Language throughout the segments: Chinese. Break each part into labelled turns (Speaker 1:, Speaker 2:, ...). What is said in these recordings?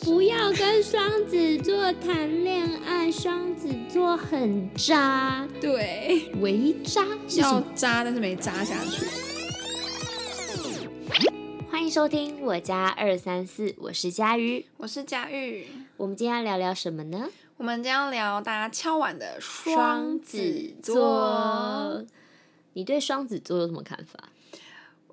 Speaker 1: 不要跟双子座谈恋爱，双子座很渣，
Speaker 2: 对，
Speaker 1: 为渣是什
Speaker 2: 要
Speaker 1: 么？
Speaker 2: 扎但是没扎下去。
Speaker 1: 欢迎收听我家二三四，我是佳瑜。
Speaker 2: 我是佳玉，
Speaker 1: 我们今天要聊聊什么呢？
Speaker 2: 我们将要聊大家敲碗的双子座。，
Speaker 1: 你对双子座有什么看法？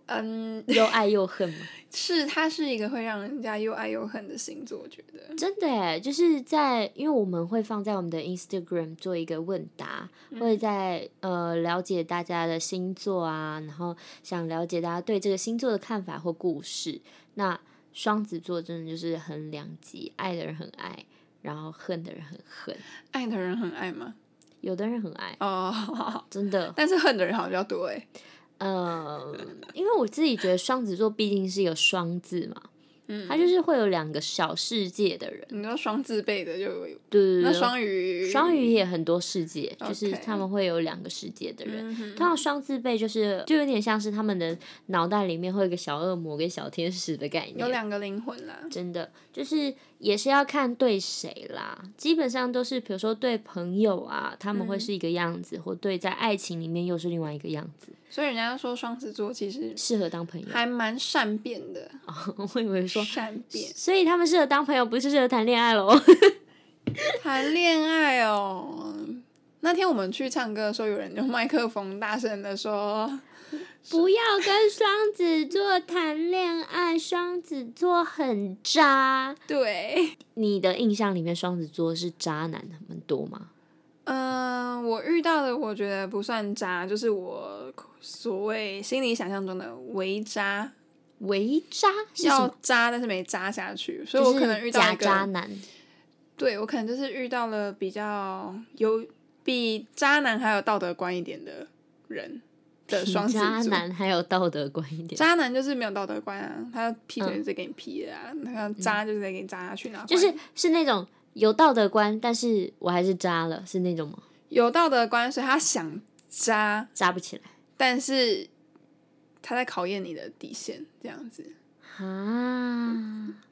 Speaker 2: 嗯，
Speaker 1: 又爱又恨吗？
Speaker 2: 是，它是一个会让人家又爱又恨的星座，我觉得。
Speaker 1: 真的耶，就是在因为我们会放在我们的 Instagram 做一个问答，
Speaker 2: 嗯
Speaker 1: 会在呃了解大家的星座啊，然后想了解大家对这个星座的看法或故事。那双子座真的就是很两极，爱的人很爱，然后恨的人很恨。
Speaker 2: 爱的人很爱吗？
Speaker 1: 有的人很爱，
Speaker 2: 哦， 好好好
Speaker 1: 真的，
Speaker 2: 但是恨的人好像比较多哎。
Speaker 1: 呃，因为我自己觉得双子座毕竟是一个双字嘛，
Speaker 2: 嗯
Speaker 1: 他就是会有两个小世界的人，
Speaker 2: 你说双字辈的就有，
Speaker 1: 对对对
Speaker 2: 那
Speaker 1: 对
Speaker 2: 嗯双鱼，
Speaker 1: 双鱼也很多世界，就是
Speaker 2: OK
Speaker 1: 他们会有两个世界的人。
Speaker 2: 嗯哼
Speaker 1: 通常双字辈就是就有点像是他们的脑袋里面会有一个小恶魔跟小天使的概
Speaker 2: 有
Speaker 1: 念。
Speaker 2: 两个灵魂啦。
Speaker 1: 真的就是也是要看对谁啦，基本上都是比如说对朋友啊，他们会
Speaker 2: 嗯
Speaker 1: 是一个样子，或对在爱情里面又是另外一个样子，
Speaker 2: 所以人家说双子座其实
Speaker 1: 适合当朋友。
Speaker 2: 还蛮善变的，
Speaker 1: 我以为说，
Speaker 2: 善变
Speaker 1: 所以他们适合当朋友，不是适合谈恋爱 喽？
Speaker 2: 谈恋爱哦。那天我们去唱歌的时候，有人用麦克风大声的说，
Speaker 1: 不要跟双子座谈恋爱，双子座很渣。
Speaker 2: 对，
Speaker 1: 你的印象里面，双子座是渣男很多吗？
Speaker 2: 嗯、我遇到的我觉得不算渣，就是我所谓心里想象中的微渣，
Speaker 1: 为渣是什
Speaker 2: 要
Speaker 1: 么？
Speaker 2: 渣但是没渣下去，所以
Speaker 1: 就
Speaker 2: 我
Speaker 1: 是
Speaker 2: 可能遇到
Speaker 1: 假
Speaker 2: 一个
Speaker 1: 渣男，
Speaker 2: 对我可能就是遇到了比较有比渣男还有道德观一点的人的
Speaker 1: 比
Speaker 2: 双子
Speaker 1: 渣
Speaker 2: 座。
Speaker 1: 男还有道德观一点，
Speaker 2: 渣男就是没有道德观啊，他劈腿就是给你劈的啊，那个渣就是得给你渣下去，然后
Speaker 1: 嗯就是是那种有道德观，但是我还是渣了，是那种吗？
Speaker 2: 有道德观，所以他想渣，
Speaker 1: 渣不起来
Speaker 2: 但是他在考验你的底线，这样子
Speaker 1: 啊，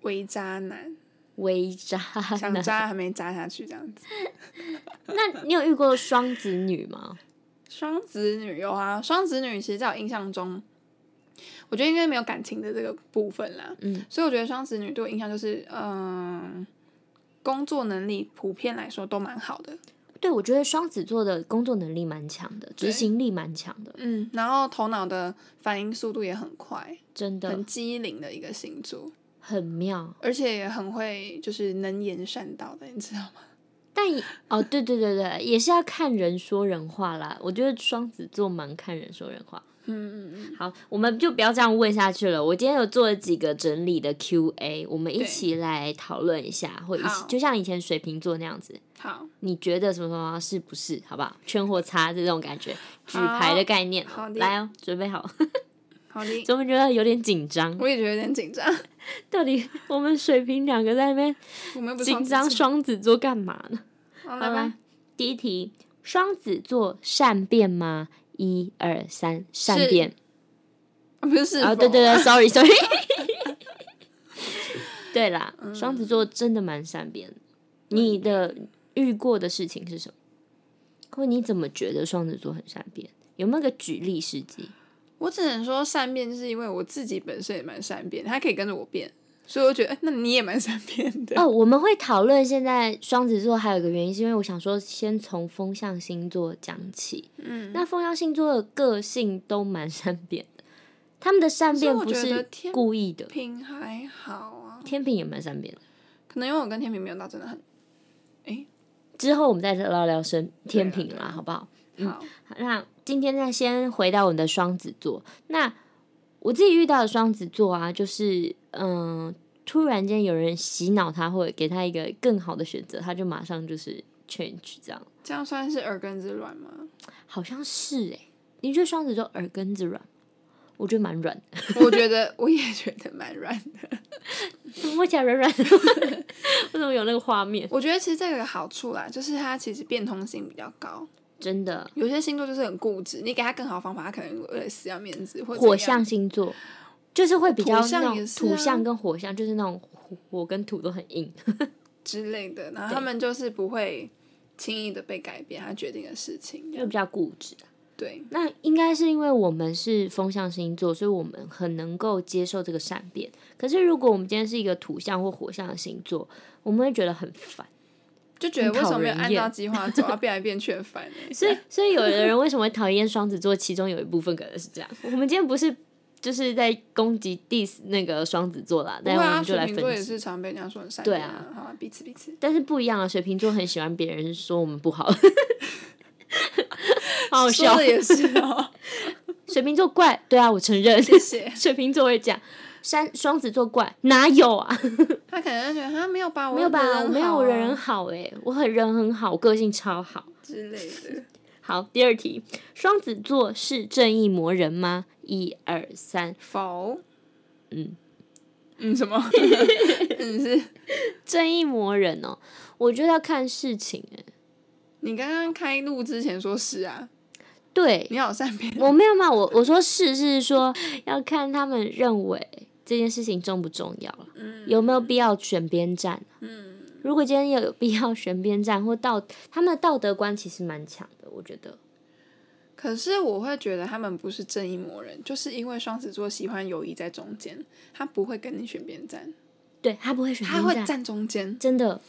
Speaker 2: 伪渣男，
Speaker 1: 为渣
Speaker 2: 想
Speaker 1: 男。
Speaker 2: 渣还没渣下去，这样子。
Speaker 1: 那你有遇过双子女吗？
Speaker 2: 双子女有啊，双子女其实在我印象中，我觉得应该没有感情的这个部分啦，
Speaker 1: 嗯，
Speaker 2: 所以我觉得双子女对我印象就是，嗯，工作能力普遍来说都蛮好的，
Speaker 1: 对，我觉得双子座的工作能力蛮强的，执
Speaker 2: 对
Speaker 1: 行力蛮强的，
Speaker 2: 嗯，然后头脑的反应速度也很快，
Speaker 1: 真的
Speaker 2: 很机灵的一个星座，
Speaker 1: 很妙。
Speaker 2: 而且也很会就是能言善道的，你知道吗？
Speaker 1: 但也哦，对对对对，也是要看人说人话啦。我觉得双子座蛮看人说人话。
Speaker 2: 嗯嗯嗯，
Speaker 1: 好，我们就不要这样问下去了。我今天有做了几个整理的 Q&A，我们一
Speaker 2: 对
Speaker 1: 起来讨论一下，或一起
Speaker 2: 好
Speaker 1: 就像以前水瓶座那样子，
Speaker 2: 好
Speaker 1: 你觉得什么什么是不是？好不好？圈或叉这种感觉，举牌的概念。
Speaker 2: 好的
Speaker 1: 来哦，准备好。
Speaker 2: 好的，
Speaker 1: 怎么觉得有点紧张？
Speaker 2: 我也觉得有点紧张，
Speaker 1: 到底我们水瓶两个在那边
Speaker 2: 我们又不是
Speaker 1: 紧张
Speaker 2: 双
Speaker 1: 双子座干嘛呢？
Speaker 2: 子座，好
Speaker 1: 好
Speaker 2: 来
Speaker 1: 啦
Speaker 2: 吧，，
Speaker 1: 第一题，双子座善变吗？一二三，善
Speaker 2: 是
Speaker 1: 变。
Speaker 2: 啊不是是
Speaker 1: 啊、
Speaker 2: 否
Speaker 1: 对对对，sorry sorry。对啦，
Speaker 2: 嗯
Speaker 1: 双子座真的蛮善变的。你的遇过的事情是什么？或你怎么觉得双子座很善变？有没有个举例事迹？
Speaker 2: 我只能说善变，就是因为我自己本身也蛮善变，他可以跟着我变，所以我觉得，哎那你也蛮善变 的。
Speaker 1: 哦，我们会讨论现在双子座还有一个原因，是因为我想说先从风象星座讲起。
Speaker 2: 嗯，
Speaker 1: 那风象星座的个性都蛮善变的，他们的善变
Speaker 2: 可是我
Speaker 1: 不
Speaker 2: 觉得
Speaker 1: 是
Speaker 2: 天
Speaker 1: 故意的。
Speaker 2: 平还好啊，
Speaker 1: 天平也蛮善变的。
Speaker 2: 可能因为我跟天平没有到真的很
Speaker 1: 之后我们再聊聊生天
Speaker 2: 对啊
Speaker 1: 平
Speaker 2: 对
Speaker 1: 啦，
Speaker 2: 啊
Speaker 1: 好不好？
Speaker 2: 好。
Speaker 1: 好那今天再先回到我们的双子座，那我自己遇到的双子座啊，就是嗯、突然间有人洗脑他，或者给他一个更好的选择，他就马上就是 change 这样，
Speaker 2: 这样算是耳根子软吗？
Speaker 1: 好像是诶、你觉得双子座耳根子软吗？我觉得蛮软的，
Speaker 2: 我觉得我也觉得蛮软的。
Speaker 1: 摸起来软软的， 为什么有那个画面？
Speaker 2: 我觉得其实这个有好处啦，就是它其实变通性比较高。
Speaker 1: 真的，
Speaker 2: 有些星座就是很固执，你给他更好的方法，他可能为了死要面子或
Speaker 1: 火
Speaker 2: 者怎样哦
Speaker 1: 象星座就是会比较
Speaker 2: 土象
Speaker 1: 那种
Speaker 2: 也是
Speaker 1: 土
Speaker 2: 啊
Speaker 1: 象跟火象，就是那种火火跟土都很硬。
Speaker 2: 之类的，然后他们就是不会轻易的被改变他决定的事情。
Speaker 1: 就比较固执。
Speaker 2: 对，
Speaker 1: 那应该是因为我们是风象星座，所以我们很能够接受这个善变。可是如果我们今天是一个土象或火象的星座，我们会觉得很烦。
Speaker 2: 就觉得为什么没有
Speaker 1: 很讨
Speaker 2: 按
Speaker 1: 人厌
Speaker 2: 照计划走，要变来变去很烦 欸。
Speaker 1: 所以，所以有的人为什么会讨厌双子座？其中有一部分可能是这样。我们今天不是就是在攻击 diss 那个双子座啦，但
Speaker 2: 不
Speaker 1: 我
Speaker 2: 过啊，
Speaker 1: 们就
Speaker 2: 水
Speaker 1: 来
Speaker 2: 瓶座
Speaker 1: 分
Speaker 2: 也
Speaker 1: 析。
Speaker 2: 是常被人家说很善
Speaker 1: 对
Speaker 2: 良
Speaker 1: 啊
Speaker 2: 好啊，彼此彼此。
Speaker 1: 但是不一样啊，水瓶座很喜欢别人说我们不好， 好好笑
Speaker 2: 说。的也是 哦，
Speaker 1: 水瓶座怪，对啊，我承认。
Speaker 2: 谢谢。
Speaker 1: 水瓶座会这样，山双子座怪哪有啊？
Speaker 2: 他可能就觉得啊他没有把我
Speaker 1: 没有吧？
Speaker 2: 人
Speaker 1: 我
Speaker 2: 很
Speaker 1: 没有
Speaker 2: 好
Speaker 1: 我
Speaker 2: 啊
Speaker 1: 人很好诶、我很人很好，我个性超好。
Speaker 2: 之类的。
Speaker 1: 好，第二题，双子座是正义魔人吗？一二三，
Speaker 2: 否？
Speaker 1: 嗯
Speaker 2: 嗯，什么？嗯是。
Speaker 1: 正义魔人哦，我觉得要看事情欸诶、
Speaker 2: 你刚刚开录之前说是啊，
Speaker 1: 对，
Speaker 2: 你好善变。
Speaker 1: 我没有嘛，我我说是是说要看他们认为这件事情重不重要了，
Speaker 2: 嗯
Speaker 1: 有没有必要选边站？啊
Speaker 2: 嗯，
Speaker 1: 如果今天有有必要选边站或道，他们的道德观其实蛮强的，我觉得。
Speaker 2: 可是我会觉得他们不是正义魔人，就是因为双子座喜欢友谊在中间，他不会跟你选边站，
Speaker 1: 对他不会选
Speaker 2: 他
Speaker 1: 边
Speaker 2: 会
Speaker 1: 站，
Speaker 2: 站中间。
Speaker 1: 真的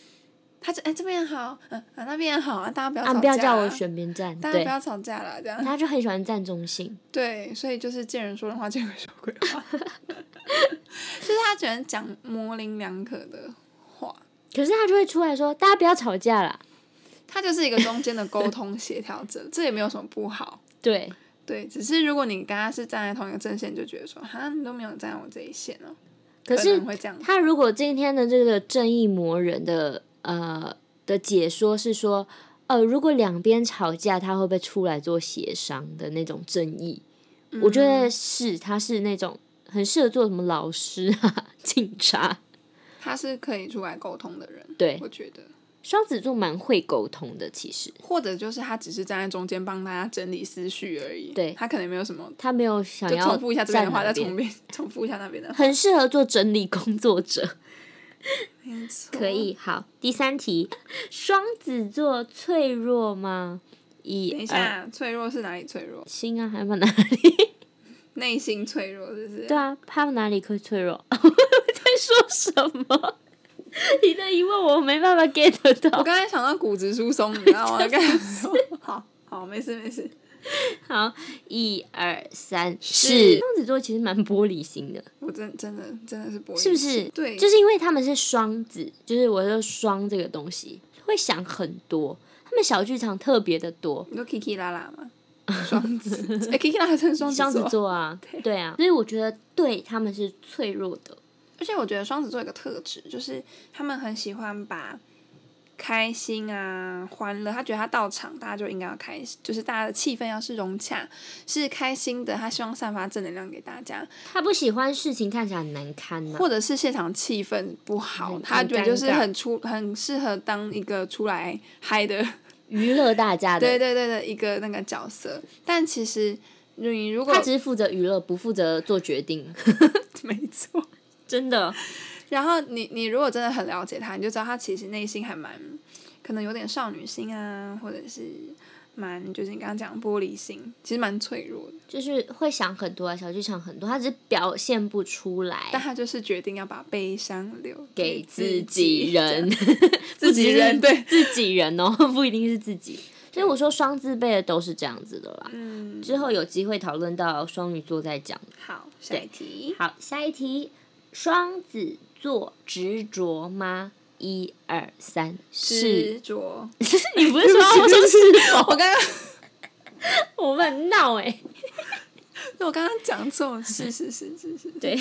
Speaker 2: 他就哎、这边好，嗯啊那边好啊，大家不要吵
Speaker 1: 啊！
Speaker 2: 架、
Speaker 1: 不要叫我，选边站，
Speaker 2: 大家
Speaker 1: 对
Speaker 2: 不，要吵架啦，这样
Speaker 1: 他就很喜欢站中性，
Speaker 2: 对，所以就是见人说人话，见鬼说鬼话， 就是他喜欢讲模棱两可的话，
Speaker 1: 可是他就会出来说：“大家不要吵架啦。
Speaker 2: 他就是一个中间的沟通协调者，这也没有什么不好。”
Speaker 1: 对，
Speaker 2: 对，只是如果你跟他是站在同一个阵线，你就觉得说，哈，你都没有站在我这一线哦、
Speaker 1: 可是
Speaker 2: 能会这样。
Speaker 1: 他如果今天的这个正义魔人的呃的解说是说，呃，如果两边吵架，他会不会出来做协商的那种正义？
Speaker 2: 嗯
Speaker 1: 我觉得是，他是那种很适合做什么老师啊、 警察。
Speaker 2: 他是可以出来沟通的人，
Speaker 1: 对
Speaker 2: 我觉得，
Speaker 1: 双子座蛮会沟通的，其实
Speaker 2: 或者就是他只是站在中间帮大家整理思绪而已，
Speaker 1: 对
Speaker 2: 他可能没有什么，
Speaker 1: 他没有想
Speaker 2: 就
Speaker 1: 要
Speaker 2: 重复一下这边的
Speaker 1: 站
Speaker 2: 话，
Speaker 1: 哪
Speaker 2: 再
Speaker 1: 边
Speaker 2: 重遍重复一下那边的话，
Speaker 1: 很适合做整理工作者。
Speaker 2: 没错
Speaker 1: 可，以，好，第三题，双子座脆弱吗？一，
Speaker 2: 等一
Speaker 1: 二，
Speaker 2: 下，脆弱是哪里脆弱？
Speaker 1: 心啊，还有哪里？
Speaker 2: 内心脆弱是不是？
Speaker 1: 对啊，还有哪里会脆弱？ 我在说什么？ 你的疑问我没办法 get
Speaker 2: 我
Speaker 1: 到。
Speaker 2: 刚才想到骨质疏松，你知 道吗？刚才说好好，没事没事，
Speaker 1: 好，一二三，
Speaker 2: 是
Speaker 1: 双子座其实蛮玻璃心的，
Speaker 2: 我真真的真的是玻璃
Speaker 1: 是不
Speaker 2: 心
Speaker 1: 是？
Speaker 2: 对，
Speaker 1: 就是因为他们是双子，就是我说双这个东西会想很多，他们小剧场特别的多。
Speaker 2: 你说 Kiki 啦啦吗？双子， 哎、k i k i 啦啦真是双
Speaker 1: 双子
Speaker 2: 座。
Speaker 1: 座啊，对啊，所以我觉得对他们是脆弱的，
Speaker 2: 而且我觉得双子座有个特质，就是他们很喜欢把开心啊、欢乐，他觉得他到场，大家就应该要开心，就是大家的气氛要是融洽，是开心的，他希望散发正能量给大家，
Speaker 1: 他不喜欢事情看起来很难堪嘛、
Speaker 2: 或者是现场气氛不好，
Speaker 1: 很
Speaker 2: 他觉得
Speaker 1: 嗯很
Speaker 2: 就是
Speaker 1: 尴尬
Speaker 2: 很出很适合当一个出来嗨的，
Speaker 1: 娱乐大家
Speaker 2: 对
Speaker 1: 的。
Speaker 2: 对对的一个那个角色。但其实你如果
Speaker 1: 他只是负责娱乐，不负责做决定，
Speaker 2: 没错，
Speaker 1: 真的。
Speaker 2: 然后你你如果真的很了解他，你就知道他其实内心还蛮可能有点少女心啊，或者是蛮就是你刚刚讲玻璃心，其实蛮脆弱的。
Speaker 1: 就是会想很多啊，小剧场很多，他只是表现不出
Speaker 2: 但
Speaker 1: 来
Speaker 2: 他就是决定要把悲伤留
Speaker 1: 给
Speaker 2: 自
Speaker 1: 自己，人，
Speaker 2: 自己人
Speaker 1: 不只是
Speaker 2: 对
Speaker 1: 自己人哦， 不一定是自己。所以我说双字辈的都是这样子的啦。
Speaker 2: 嗯，
Speaker 1: 之后有机会讨论到双鱼座再讲。
Speaker 2: 好，下一题，
Speaker 1: 好，下一题，双子座执着吗？一二三，是。
Speaker 2: 执着。
Speaker 1: 你不是 说我说是
Speaker 2: 我
Speaker 1: 否？
Speaker 2: 刚刚
Speaker 1: 我们很闹哎、
Speaker 2: 我刚刚讲错，是是是是是，
Speaker 1: 对，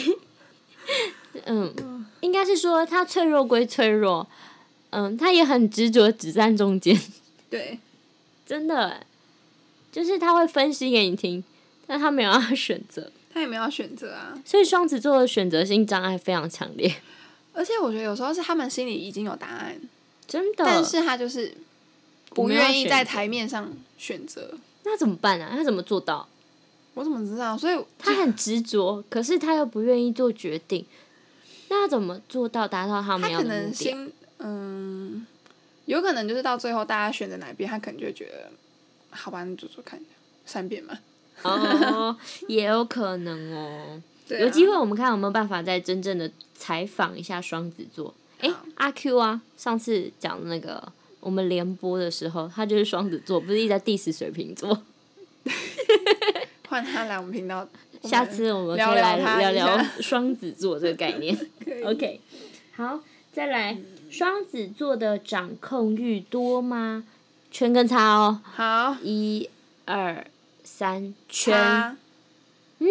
Speaker 1: 嗯，应该是说他脆弱归脆弱，嗯，他也很执着，只站中间，
Speaker 2: 对，
Speaker 1: 真的欸、就是他会分析给你听，但他没有要选择，
Speaker 2: 他也没有选择啊。
Speaker 1: 所以双子座的选择性障碍非常强烈，
Speaker 2: 而且我觉得有时候是他们心里已经有答案，
Speaker 1: 真的。
Speaker 2: 但是他就是
Speaker 1: 嗯我
Speaker 2: 不
Speaker 1: 们要
Speaker 2: 愿意
Speaker 1: 选
Speaker 2: 在
Speaker 1: 择
Speaker 2: 台面上选择。
Speaker 1: 那怎么办啊？他怎么做到？
Speaker 2: 我怎么知道？所以
Speaker 1: 他很执着，可是他又不愿意做决定，那要怎么做到达到他
Speaker 2: 他
Speaker 1: 们要
Speaker 2: 可
Speaker 1: 的目
Speaker 2: 能
Speaker 1: 的啊？
Speaker 2: 心嗯，有可能就是到最后大家选择哪边，他可能就会觉得，好吧，你做做看，三遍嘛。
Speaker 1: 哦，也有可能哦。
Speaker 2: 对啊
Speaker 1: 有机会我们看有没有办法再真正的采访一下双子座。诶，
Speaker 2: 好
Speaker 1: 阿 Q 啊，上次讲那个我们联播的时候，他就是双子座，不是一直在 diss 水瓶座。
Speaker 2: 换他来我们频道，我
Speaker 1: 下次我们可
Speaker 2: 聊
Speaker 1: 以
Speaker 2: 聊
Speaker 1: 来
Speaker 2: 他
Speaker 1: 聊
Speaker 2: 一
Speaker 1: 聊
Speaker 2: 下
Speaker 1: 双子座这个概 念。
Speaker 2: 可以
Speaker 1: OK，好，再来，双子座的掌控欲多吗？圈跟叉哦，
Speaker 2: 好
Speaker 1: 一、二、三，圈。
Speaker 2: 他，嗯，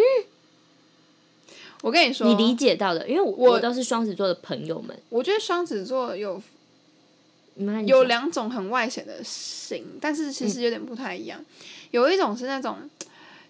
Speaker 2: 我跟你说，
Speaker 1: 你理解到的，因为我
Speaker 2: 我
Speaker 1: 我都是双子座的朋友们，
Speaker 2: 我觉得双子座有
Speaker 1: 你们看你
Speaker 2: 有
Speaker 1: 讲
Speaker 2: 两种很外显的型，但是其实有点不太一样。有一种是那种，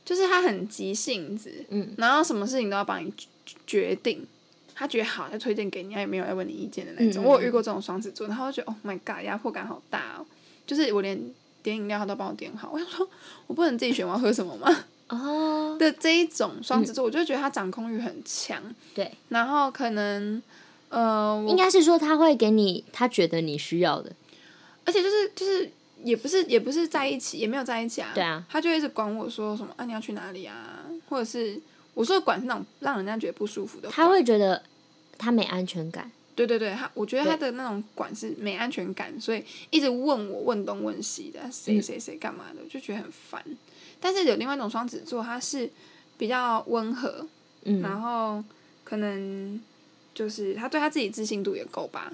Speaker 2: 就是他很急性子，
Speaker 1: 嗯，
Speaker 2: 然后什么事情都要帮你决决定，他觉得好就推荐给你，他也没有要问你意见的那种。
Speaker 1: 嗯嗯
Speaker 2: 我有遇过这种双子座，然后我就觉得 Oh my God，压迫感好大哦，就是我连点饮料他都帮我点好，我想说我不能自己选我要喝什么吗？
Speaker 1: 哦，
Speaker 2: 的这一种双子座，我就觉得他掌控欲很强，
Speaker 1: 嗯对，
Speaker 2: 然后可能呃，我
Speaker 1: 应该是说他会给你他觉得你需要的，
Speaker 2: 而且就是就是也不是也不是在一起，也没有在一起啊。
Speaker 1: 对啊
Speaker 2: 他就一直管我说什么啊，你要去哪里啊，或者是我说的管是那种让人家觉得不舒服的管。
Speaker 1: 他会觉得他没安全感，
Speaker 2: 对对对，他我觉得
Speaker 1: 对
Speaker 2: 他的那种管是没安全感，所以一直问我问东问西的，谁
Speaker 1: 嗯
Speaker 2: 谁谁干嘛的，我就觉得很烦。但是有另外一种双子座，他是比较温和，
Speaker 1: 嗯，
Speaker 2: 然后可能就是他对他自己自信度也够吧，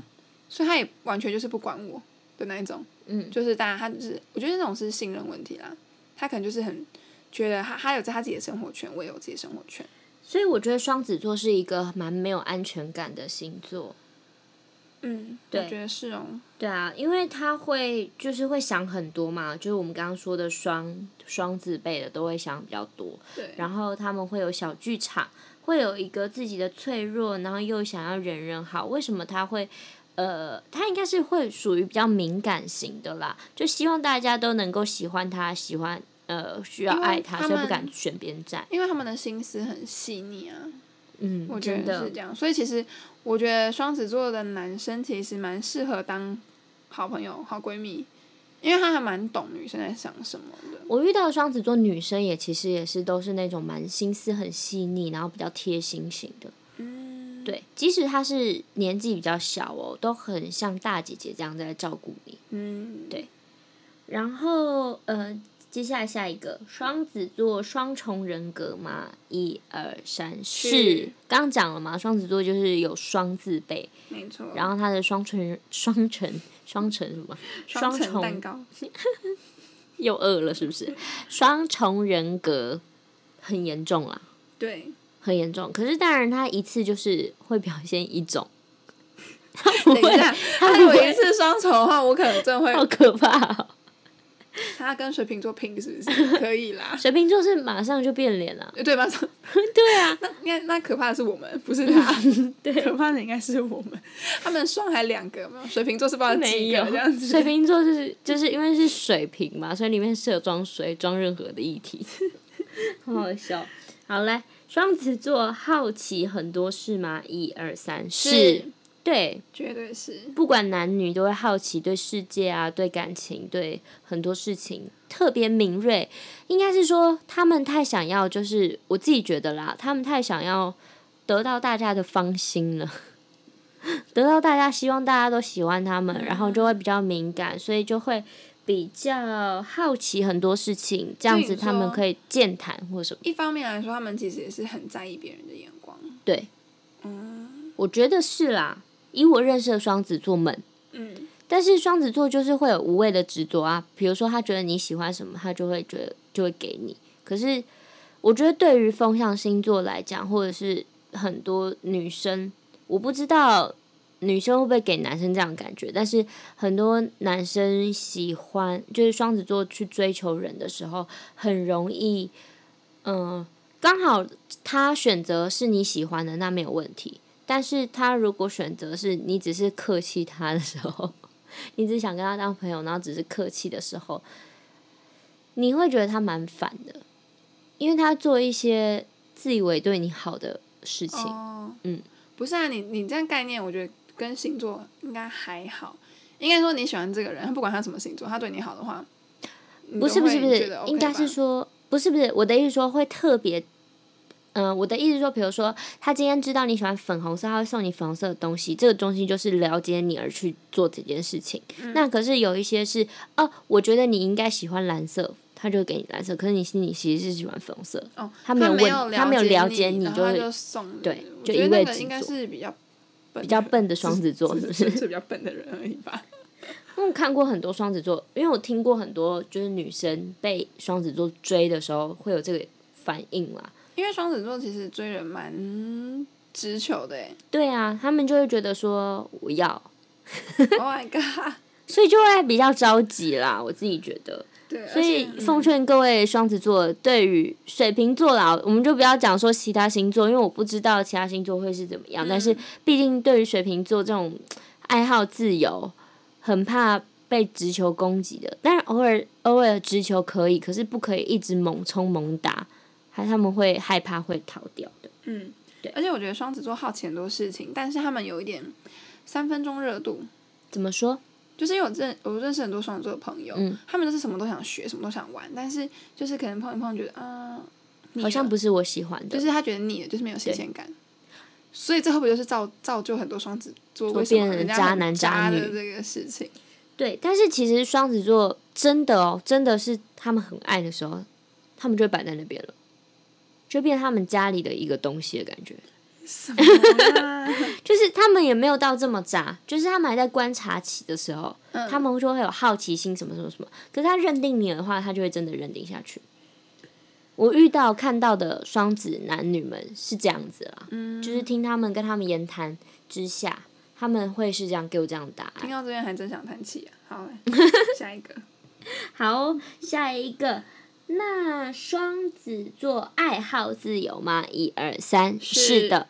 Speaker 2: 所以他也完全就是不管我的那一种。
Speaker 1: 嗯
Speaker 2: 就是大家他就是，我觉得那种是信任问题啦。他可能就是很觉得他他有在他自己的生活圈，我也有自己的生活圈。
Speaker 1: 所以我觉得双子座是一个蛮没有安全感的星座，
Speaker 2: 嗯，
Speaker 1: 对
Speaker 2: 我觉得是哦。
Speaker 1: 对啊，因为他会就是会想很多嘛，就是我们刚刚说的双双字辈的都会想比较多，
Speaker 2: 对，
Speaker 1: 然后他们会有小剧场，会有一个自己的脆弱，然后又想要人人好。为什么他会？呃，他应该是会属于比较敏感型的啦，就希望大家都能够喜欢他，喜欢呃需要
Speaker 2: 因为
Speaker 1: 爱他，
Speaker 2: 他
Speaker 1: 所以不
Speaker 2: 们
Speaker 1: 敢选边站。
Speaker 2: 因为他们的心思很细腻啊，
Speaker 1: 嗯
Speaker 2: 我，觉
Speaker 1: 真
Speaker 2: 得
Speaker 1: 的
Speaker 2: 是这样。所以其实我觉得双子座的男生其实蛮适合当好朋友、好闺蜜，因为他还蛮懂女生在想什么的。
Speaker 1: 我遇到的双子座女生也其实也是都是那种蛮心思很细腻，然后比较贴心型的。
Speaker 2: 嗯，
Speaker 1: 对，即使她是年纪比较小哦，都很像大姐姐这样在照顾你。
Speaker 2: 嗯，
Speaker 1: 对然后呃，接下来下一个双子座双重人格嘛，一二三
Speaker 2: 是
Speaker 1: 是，刚讲了嘛，双子座就是有双字辈，
Speaker 2: 没错。
Speaker 1: 然后他的双重双重双重什么
Speaker 2: 双
Speaker 1: 双
Speaker 2: 层蛋
Speaker 1: 重
Speaker 2: 糕，
Speaker 1: 又饿了是不是？双重人格很严重啦，
Speaker 2: 对，
Speaker 1: 很严重。可是当然，他一次就是会表现一种，他不
Speaker 2: 等一
Speaker 1: 会，
Speaker 2: 下， 他有一次双重的话，我可能真的会
Speaker 1: 好可怕哦、
Speaker 2: 他跟水瓶座拼是不是？可以啦。
Speaker 1: 水瓶座是马上就变脸啊了，
Speaker 2: 呃对吧？
Speaker 1: 对啊，
Speaker 2: 那那那可怕的是我们，不是 他。对，可怕的应该是我们。他们双还两个嘛，水瓶座是不知道
Speaker 1: 没
Speaker 2: 几个
Speaker 1: 有
Speaker 2: 这样子。
Speaker 1: 水瓶座就是就是因为是水瓶嘛，所以里面是有装水，装任何的议题，好好笑。好来，双子座好奇很多事吗？一二三，是，对，
Speaker 2: 绝对是。
Speaker 1: 不管男女都会好奇，对世界啊，对感情，对很多事情特别敏锐。应该是说他们太想要，就是我自己觉得啦，他们太想要得到大家的芳心了， 得到大家希望大家都喜欢他们，然后就会比较敏感，所以就会比较好奇很多事情，这样
Speaker 2: 所以
Speaker 1: 子
Speaker 2: 你
Speaker 1: 他们
Speaker 2: 说
Speaker 1: 可以健谈或什么。
Speaker 2: 一方面来说，他们其实也是很在意别人的眼光。
Speaker 1: 对，
Speaker 2: 嗯
Speaker 1: 我觉得是啦，以我认识的双子座们。
Speaker 2: 嗯，
Speaker 1: 但是双子座就是会有无谓的执着啊，比如说他觉得你喜欢什么，他就会觉得就会给你。可是我觉得对于风象星座来讲，或者是很多女生，我不知道女生会不会给男生这样的感觉，但是很多男生喜欢就是双子座去追求人的时候，很容易，嗯、刚好他选择是你喜欢的，那没有问题。但是他如果选择是你只是客气他的时候， 你只想跟他当朋友，然后只是客气的时候，你会觉得他蛮烦的。因为他做一些自以为对你好的事情。
Speaker 2: 哦，
Speaker 1: 嗯，
Speaker 2: 不是啊，你你这样概念，我觉得跟星座应该还好。应该说你喜欢这个人，他不管他什么星座，他对你好的话，你
Speaker 1: 不
Speaker 2: 都
Speaker 1: 是不是
Speaker 2: 会
Speaker 1: 不
Speaker 2: 觉
Speaker 1: 是
Speaker 2: 得，
Speaker 1: 应
Speaker 2: OK
Speaker 1: 该
Speaker 2: 吧
Speaker 1: 是说不是不是，我的意思说会特别，嗯、我的意思说，比如说他今天知道你喜欢粉红色，他会送你粉红色的东西，这个东西就是了解你而去做这件事情。
Speaker 2: 嗯
Speaker 1: 那可是有一些是哦，我觉得你应该喜欢蓝色。他就会给你蓝色，可是你心里其实是喜欢粉红色，
Speaker 2: 哦，
Speaker 1: 他没
Speaker 2: 没
Speaker 1: 有问他没有了解
Speaker 2: 你，
Speaker 1: 你
Speaker 2: 然
Speaker 1: 就
Speaker 2: 后他
Speaker 1: 会
Speaker 2: 就送你
Speaker 1: 对
Speaker 2: 我
Speaker 1: 就
Speaker 2: 觉
Speaker 1: 一
Speaker 2: 得那
Speaker 1: 味
Speaker 2: 个
Speaker 1: 之
Speaker 2: 应该
Speaker 1: 作
Speaker 2: 是比较笨
Speaker 1: 比较
Speaker 2: 的人
Speaker 1: 笨的双子座，是
Speaker 2: 只
Speaker 1: 不
Speaker 2: 是
Speaker 1: 是？
Speaker 2: 只是比较笨的人而已吧。
Speaker 1: 我看过很多双子座，因为我听过很多就是女生被双子座追的时候会有这个反应啦。
Speaker 2: 因为双子座其实追人蛮直球 的哎
Speaker 1: 对啊，他们就会觉得说我要，
Speaker 2: ，Oh my god！
Speaker 1: 所以就会比较着急啦。我自己觉得，
Speaker 2: 对，
Speaker 1: 所以
Speaker 2: 而且嗯
Speaker 1: 奉劝各位双子座，对于水瓶座啦，我们就不要讲说其他星座，因为我不知道其他星座会是怎么样。但
Speaker 2: 嗯
Speaker 1: 是毕竟对于水瓶座这种爱好自由，很怕被直球攻击的。当然偶尔偶尔直球可以，可是不可以一直猛冲猛打，还他们会害怕会逃掉的。
Speaker 2: 嗯，
Speaker 1: 对
Speaker 2: 而且我觉得双子座好奇很多事情，但是他们有一点三分钟热度，
Speaker 1: 怎么说？
Speaker 2: 就是因为我认我认识很多双子座的朋友，
Speaker 1: 嗯
Speaker 2: 他们都是什么都想学，什么都想玩，但是就是可能碰一碰觉得啊，腻
Speaker 1: 好像
Speaker 2: 了
Speaker 1: 不是我喜欢的，
Speaker 2: 就是他觉得腻了，就是没有新
Speaker 1: 对
Speaker 2: 鲜感。所以这会不会就是造造就很多双子座
Speaker 1: 就
Speaker 2: 为什么
Speaker 1: 变成
Speaker 2: 人家
Speaker 1: 渣
Speaker 2: 很
Speaker 1: 男渣
Speaker 2: 渣的
Speaker 1: 女
Speaker 2: 这个事 情？
Speaker 1: 对，但是其实双子座真的哦，真的是他们很爱的时候，他们就会摆在那边了，就变他们家里的一个东西的感觉。
Speaker 2: 什么啊
Speaker 1: 就是他们也没有到这么渣，就是他们还在观察期的时候，
Speaker 2: 嗯
Speaker 1: 他们就会有好奇心什么什么什么。可是他认定你的话，他就会真的认定下去。我遇到看到的双子男女们是这样子啦，
Speaker 2: 嗯
Speaker 1: 就是听他们跟他们言谈之下，他们会是这样给我这样的答案
Speaker 2: 听。到这边还真想叹气、啊。 好，下一个。
Speaker 1: 好，下一个。那双子座爱好自由吗？一二三，
Speaker 2: 是
Speaker 1: 是的。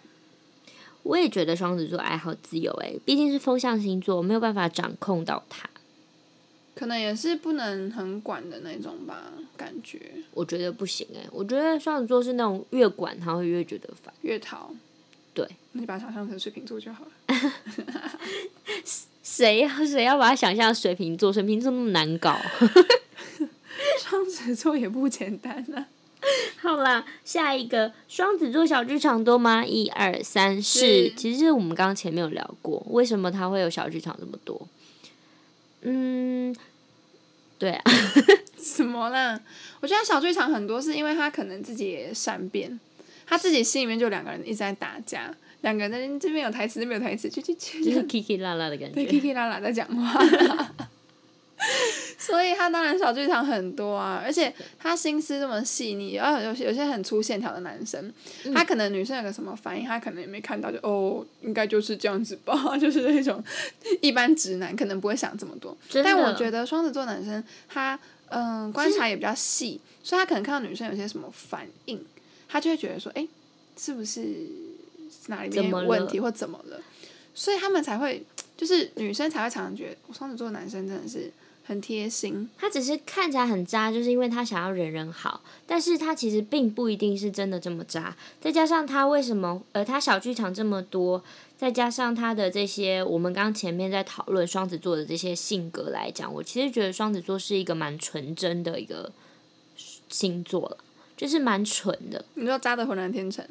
Speaker 1: 我也觉得双子座爱好自由、欸，毕竟是风象星座，没有办法掌控到它。
Speaker 2: 可能也是不能很管的那种吧，感觉
Speaker 1: 我觉得不行、欸，我觉得双子座是那种越管他会越觉得烦。
Speaker 2: 越逃。
Speaker 1: 对，
Speaker 2: 那你把它想象成水瓶座就好了。
Speaker 1: 谁要谁要把它想象水瓶座？水瓶座那么难搞。
Speaker 2: 双子座也不简单啊。
Speaker 1: 好啦，下一个双子座小剧场多吗？一二三，是
Speaker 2: 是。
Speaker 1: 其实我们刚刚前面有聊过，为什么它会有小剧场这么多？ 嗯，对啊，
Speaker 2: 什么啦？我觉得小剧场很多是因为他可能自己也善变，他自己心里面就两个人一直在打架，两个人在这边有台词，那边有台词，就就就
Speaker 1: 就是 kiki 啦啦的感
Speaker 2: 对
Speaker 1: 觉。
Speaker 2: ，Kiki 啦啦在讲话， 所以他当然小剧场很多啊，而且他心思这么细腻，而有些有些很粗线条的男生，他可能女生有个什么反应，他可能也没看到，就哦，应该就是这样子吧， 就是那种一般直男可能不会想这么多，
Speaker 1: 真的
Speaker 2: 但我觉得双子座男生他嗯、观察也比较细，所以他可能看到女生有些什么反应，他就会觉得说，哎、是不是哪里
Speaker 1: 怎
Speaker 2: 边有
Speaker 1: 么
Speaker 2: 问
Speaker 1: 了
Speaker 2: 题或怎么了？所以他们才会，就是女生才会常常觉得，我双子座的男生真的是很贴心，
Speaker 1: 他只是看起来很渣，就是因为他想要人人好，但是他其实并不一定是真的这么渣。再加上他为什么呃，他小剧场这么多，再加上他的这些我们刚刚前面在讨论双子座的这些性格来讲，我其实觉得双子座是一个蛮纯真的一个星座了，就是蛮纯的。
Speaker 2: 你知道渣的浑然天成，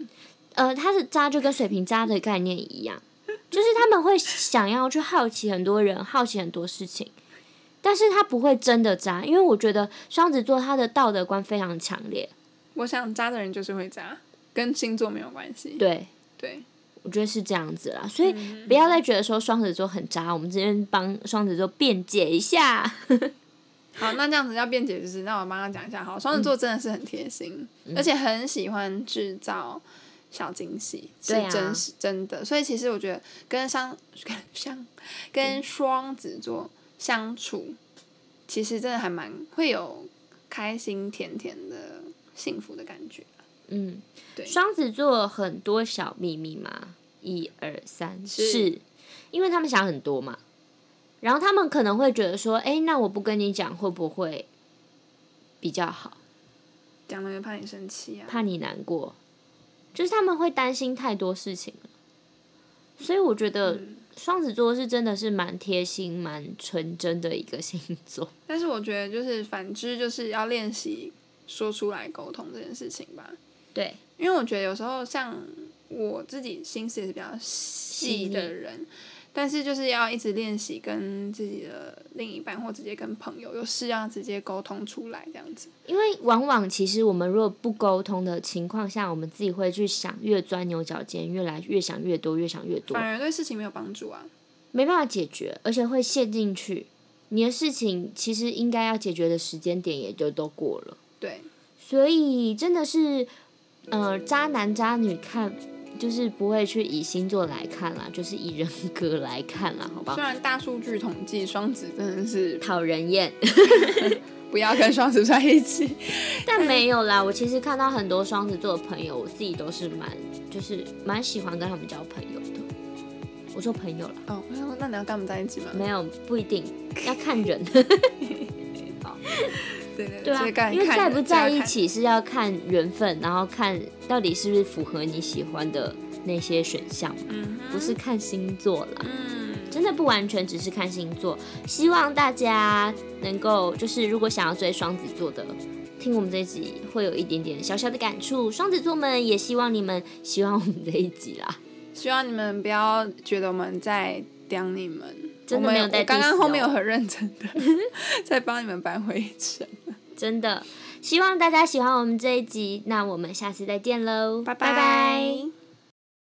Speaker 1: 呃，他的渣就跟水瓶渣的概念一样，就是他们会想要去好奇很多人，好奇很多事情，但是他不会真的渣，因为我觉得双子座他的道德观非常强烈，
Speaker 2: 我想渣的人就是会渣，跟星座没有关系。
Speaker 1: 对
Speaker 2: 对，
Speaker 1: 我觉得是这样子啦，所以不要再觉得说双子座很渣，我们这边帮双子座辩解一下，
Speaker 2: 好，那这样子要辩解就是，那我帮他讲一下。好，双子座真的是很贴心，
Speaker 1: 嗯
Speaker 2: 而且很喜欢制造小惊喜，是
Speaker 1: 对啊
Speaker 2: 真实、真的。所以其实我觉得跟 相跟相跟双子座相处，其实真的还蛮会有开心、甜甜的幸福的感觉。
Speaker 1: 嗯，
Speaker 2: 对
Speaker 1: 双子座很多小秘密嘛，一二三，
Speaker 2: 是
Speaker 1: 是因为他们想很多嘛，然后他们可能会觉得说，哎，那我不跟你讲会不会比较好？
Speaker 2: 讲了也怕你生气啊。
Speaker 1: 怕你难过，就是他们会担心太多事情了。所以我觉得
Speaker 2: 嗯
Speaker 1: 双子座是真的是蛮贴心、蛮纯真的一个星座。
Speaker 2: 但是我觉得就是反之，就是要练习说出来沟通这件事情吧。
Speaker 1: 对，
Speaker 2: 因为我觉得有时候像我自己心思也是比较细的人，但是就是要一直练习跟自己的另一半或直接跟朋友有事要直接沟通出来这样子。
Speaker 1: 因为往往其实我们如果不沟通的情况下，我们自己会去想，越钻牛角尖，越来越想越多，越想越多
Speaker 2: 反，而对事情没有帮助啊。
Speaker 1: 没办法解决，而且会陷进去。你的事情其实应该要解决的时间点也就都过了。
Speaker 2: 对，
Speaker 1: 所以真的是，呃，渣男渣女看就是不会去以星座来看啦，就是以人格来看啦，好不好
Speaker 2: 虽？然大数据统计双子真的是
Speaker 1: 讨人厌，
Speaker 2: 不要跟双子在一起，
Speaker 1: 但没有啦。我其实看到很多双子座的朋友，我自己都是蛮就是蛮喜欢跟他们交朋友的。我说朋友啦，
Speaker 2: 哦，我想说那你要跟他们在一起吗？
Speaker 1: 没有不一定要看人，
Speaker 2: 对对
Speaker 1: 对 啊
Speaker 2: 所以看，
Speaker 1: 因为
Speaker 2: 看
Speaker 1: 在
Speaker 2: 人
Speaker 1: 不
Speaker 2: 就要
Speaker 1: 在一
Speaker 2: 看
Speaker 1: 起是要看缘分，然后看到底是不是符合你喜欢的那些选项，
Speaker 2: 嗯哼
Speaker 1: 不是看星座啦。
Speaker 2: 嗯，
Speaker 1: 真的不完全只是看星座，希望大家能够就是如果想要追双子座的，听我们这一集会有一点点小小的感触。双子座们也希望你们喜欢我们这一集 啦。
Speaker 2: 希望你们不要觉得我们在刁你们，
Speaker 1: 真的
Speaker 2: 我们
Speaker 1: 没有在
Speaker 2: 我刚
Speaker 1: diss
Speaker 2: 刚
Speaker 1: 哦
Speaker 2: 后面有很认真的 在帮你们扳回一城，
Speaker 1: 真的，希望大家喜欢我们这一集，那我们下次再见喽，
Speaker 2: 拜拜